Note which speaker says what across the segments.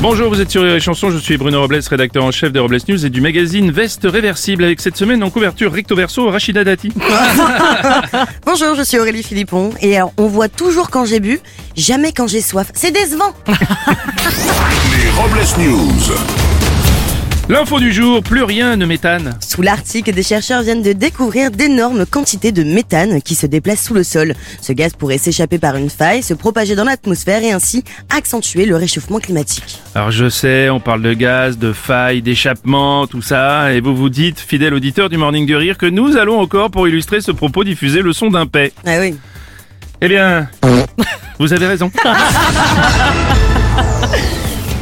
Speaker 1: Bonjour, vous êtes sur Rire et Chanson, je suis Bruno Robles, rédacteur en chef des Robles News et du magazine Veste Réversible, avec cette semaine en couverture recto verso Rachida Dati.
Speaker 2: Bonjour, je suis Aurélie Philippon et euh, on voit toujours quand j'ai bu, jamais quand j'ai soif. C'est décevant.
Speaker 3: Les Robles News.
Speaker 1: L'info du jour, plus rien ne m'étane.
Speaker 2: Sous l'Arctique, des chercheurs viennent de découvrir d'énormes quantités de méthane qui se déplacent sous le sol. Ce gaz pourrait s'échapper par une faille, se propager dans l'atmosphère et ainsi accentuer le réchauffement climatique.
Speaker 1: Alors je sais, on parle de gaz, de failles, d'échappement, tout ça, et vous vous dites, fidèle auditeur du Morning du Rire, que nous allons encore, pour illustrer ce propos, diffuser le son d'un paix.
Speaker 2: Ah oui.
Speaker 1: Eh bien, vous avez raison.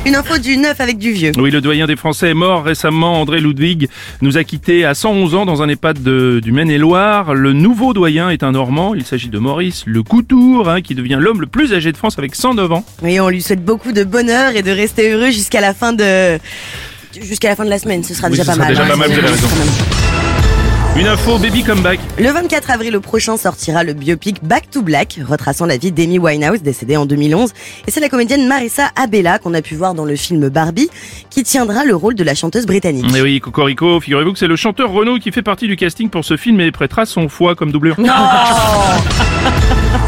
Speaker 2: Une info du neuf avec du vieux.
Speaker 1: Oui, le doyen des Français est mort récemment. André Ludwig nous a quittés à 111 ans dans un EHPAD de- du Maine-et-Loire. Le nouveau doyen est un Normand. Il s'agit de Maurice Le Coutour, hein, qui devient l'homme le plus âgé de France avec 109 ans.
Speaker 2: Oui, on lui souhaite beaucoup de bonheur et de rester heureux jusqu'à la fin de jusqu'à la fin de la semaine. Ce sera
Speaker 1: Oui,
Speaker 2: déjà
Speaker 1: ce
Speaker 2: pas
Speaker 1: sera
Speaker 2: mal. hein.
Speaker 1: déjà pas mal, vous avez raison. Une info, baby comeback.
Speaker 2: Le 24 avril au prochain sortira le biopic Back to Black, retraçant la vie d'Amy Winehouse, décédée en 2011. Et c'est la comédienne Marissa Abella, qu'on a pu voir dans le film Barbie, qui tiendra le rôle de la chanteuse britannique.
Speaker 1: Et oui, Cocorico, figurez-vous que c'est le chanteur Renaud qui fait partie du casting pour ce film et prêtera son foie comme doublure.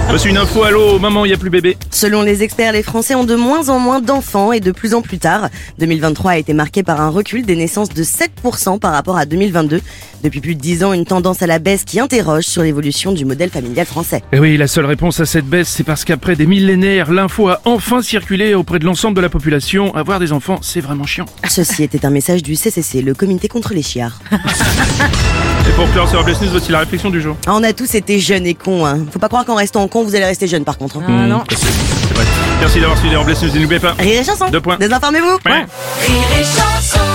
Speaker 1: Voici une info, allô, maman, il n'y a plus bébé.
Speaker 2: Selon les experts, les Français ont de moins en moins d'enfants et de plus en plus tard. 2023 a été marqué par un recul des naissances de 7% par rapport à 2022. Depuis plus de 10 ans, une tendance à la baisse qui interroge sur l'évolution du modèle familial français.
Speaker 1: Et Eh oui, la seule réponse à cette baisse, c'est parce qu'après des millénaires, l'info a enfin circulé auprès de l'ensemble de la population. Avoir des enfants, c'est vraiment chiant.
Speaker 2: Ceci était un message du CCC, le comité contre les chiards.
Speaker 1: Et pour clore sur Robles News, voici la réflexion du jour.
Speaker 2: Ah, On a tous été jeunes et cons, hein. Faut pas croire qu'en restant con, vous allez rester jeune par contre.
Speaker 1: Ah,
Speaker 2: hein.
Speaker 1: Merci d'avoir suivi les Robles News et n'oubliez pas.
Speaker 2: Rire et chanson.
Speaker 1: Deux points.
Speaker 2: Désinformez-vous.
Speaker 1: Ouais.
Speaker 4: Rire et chanson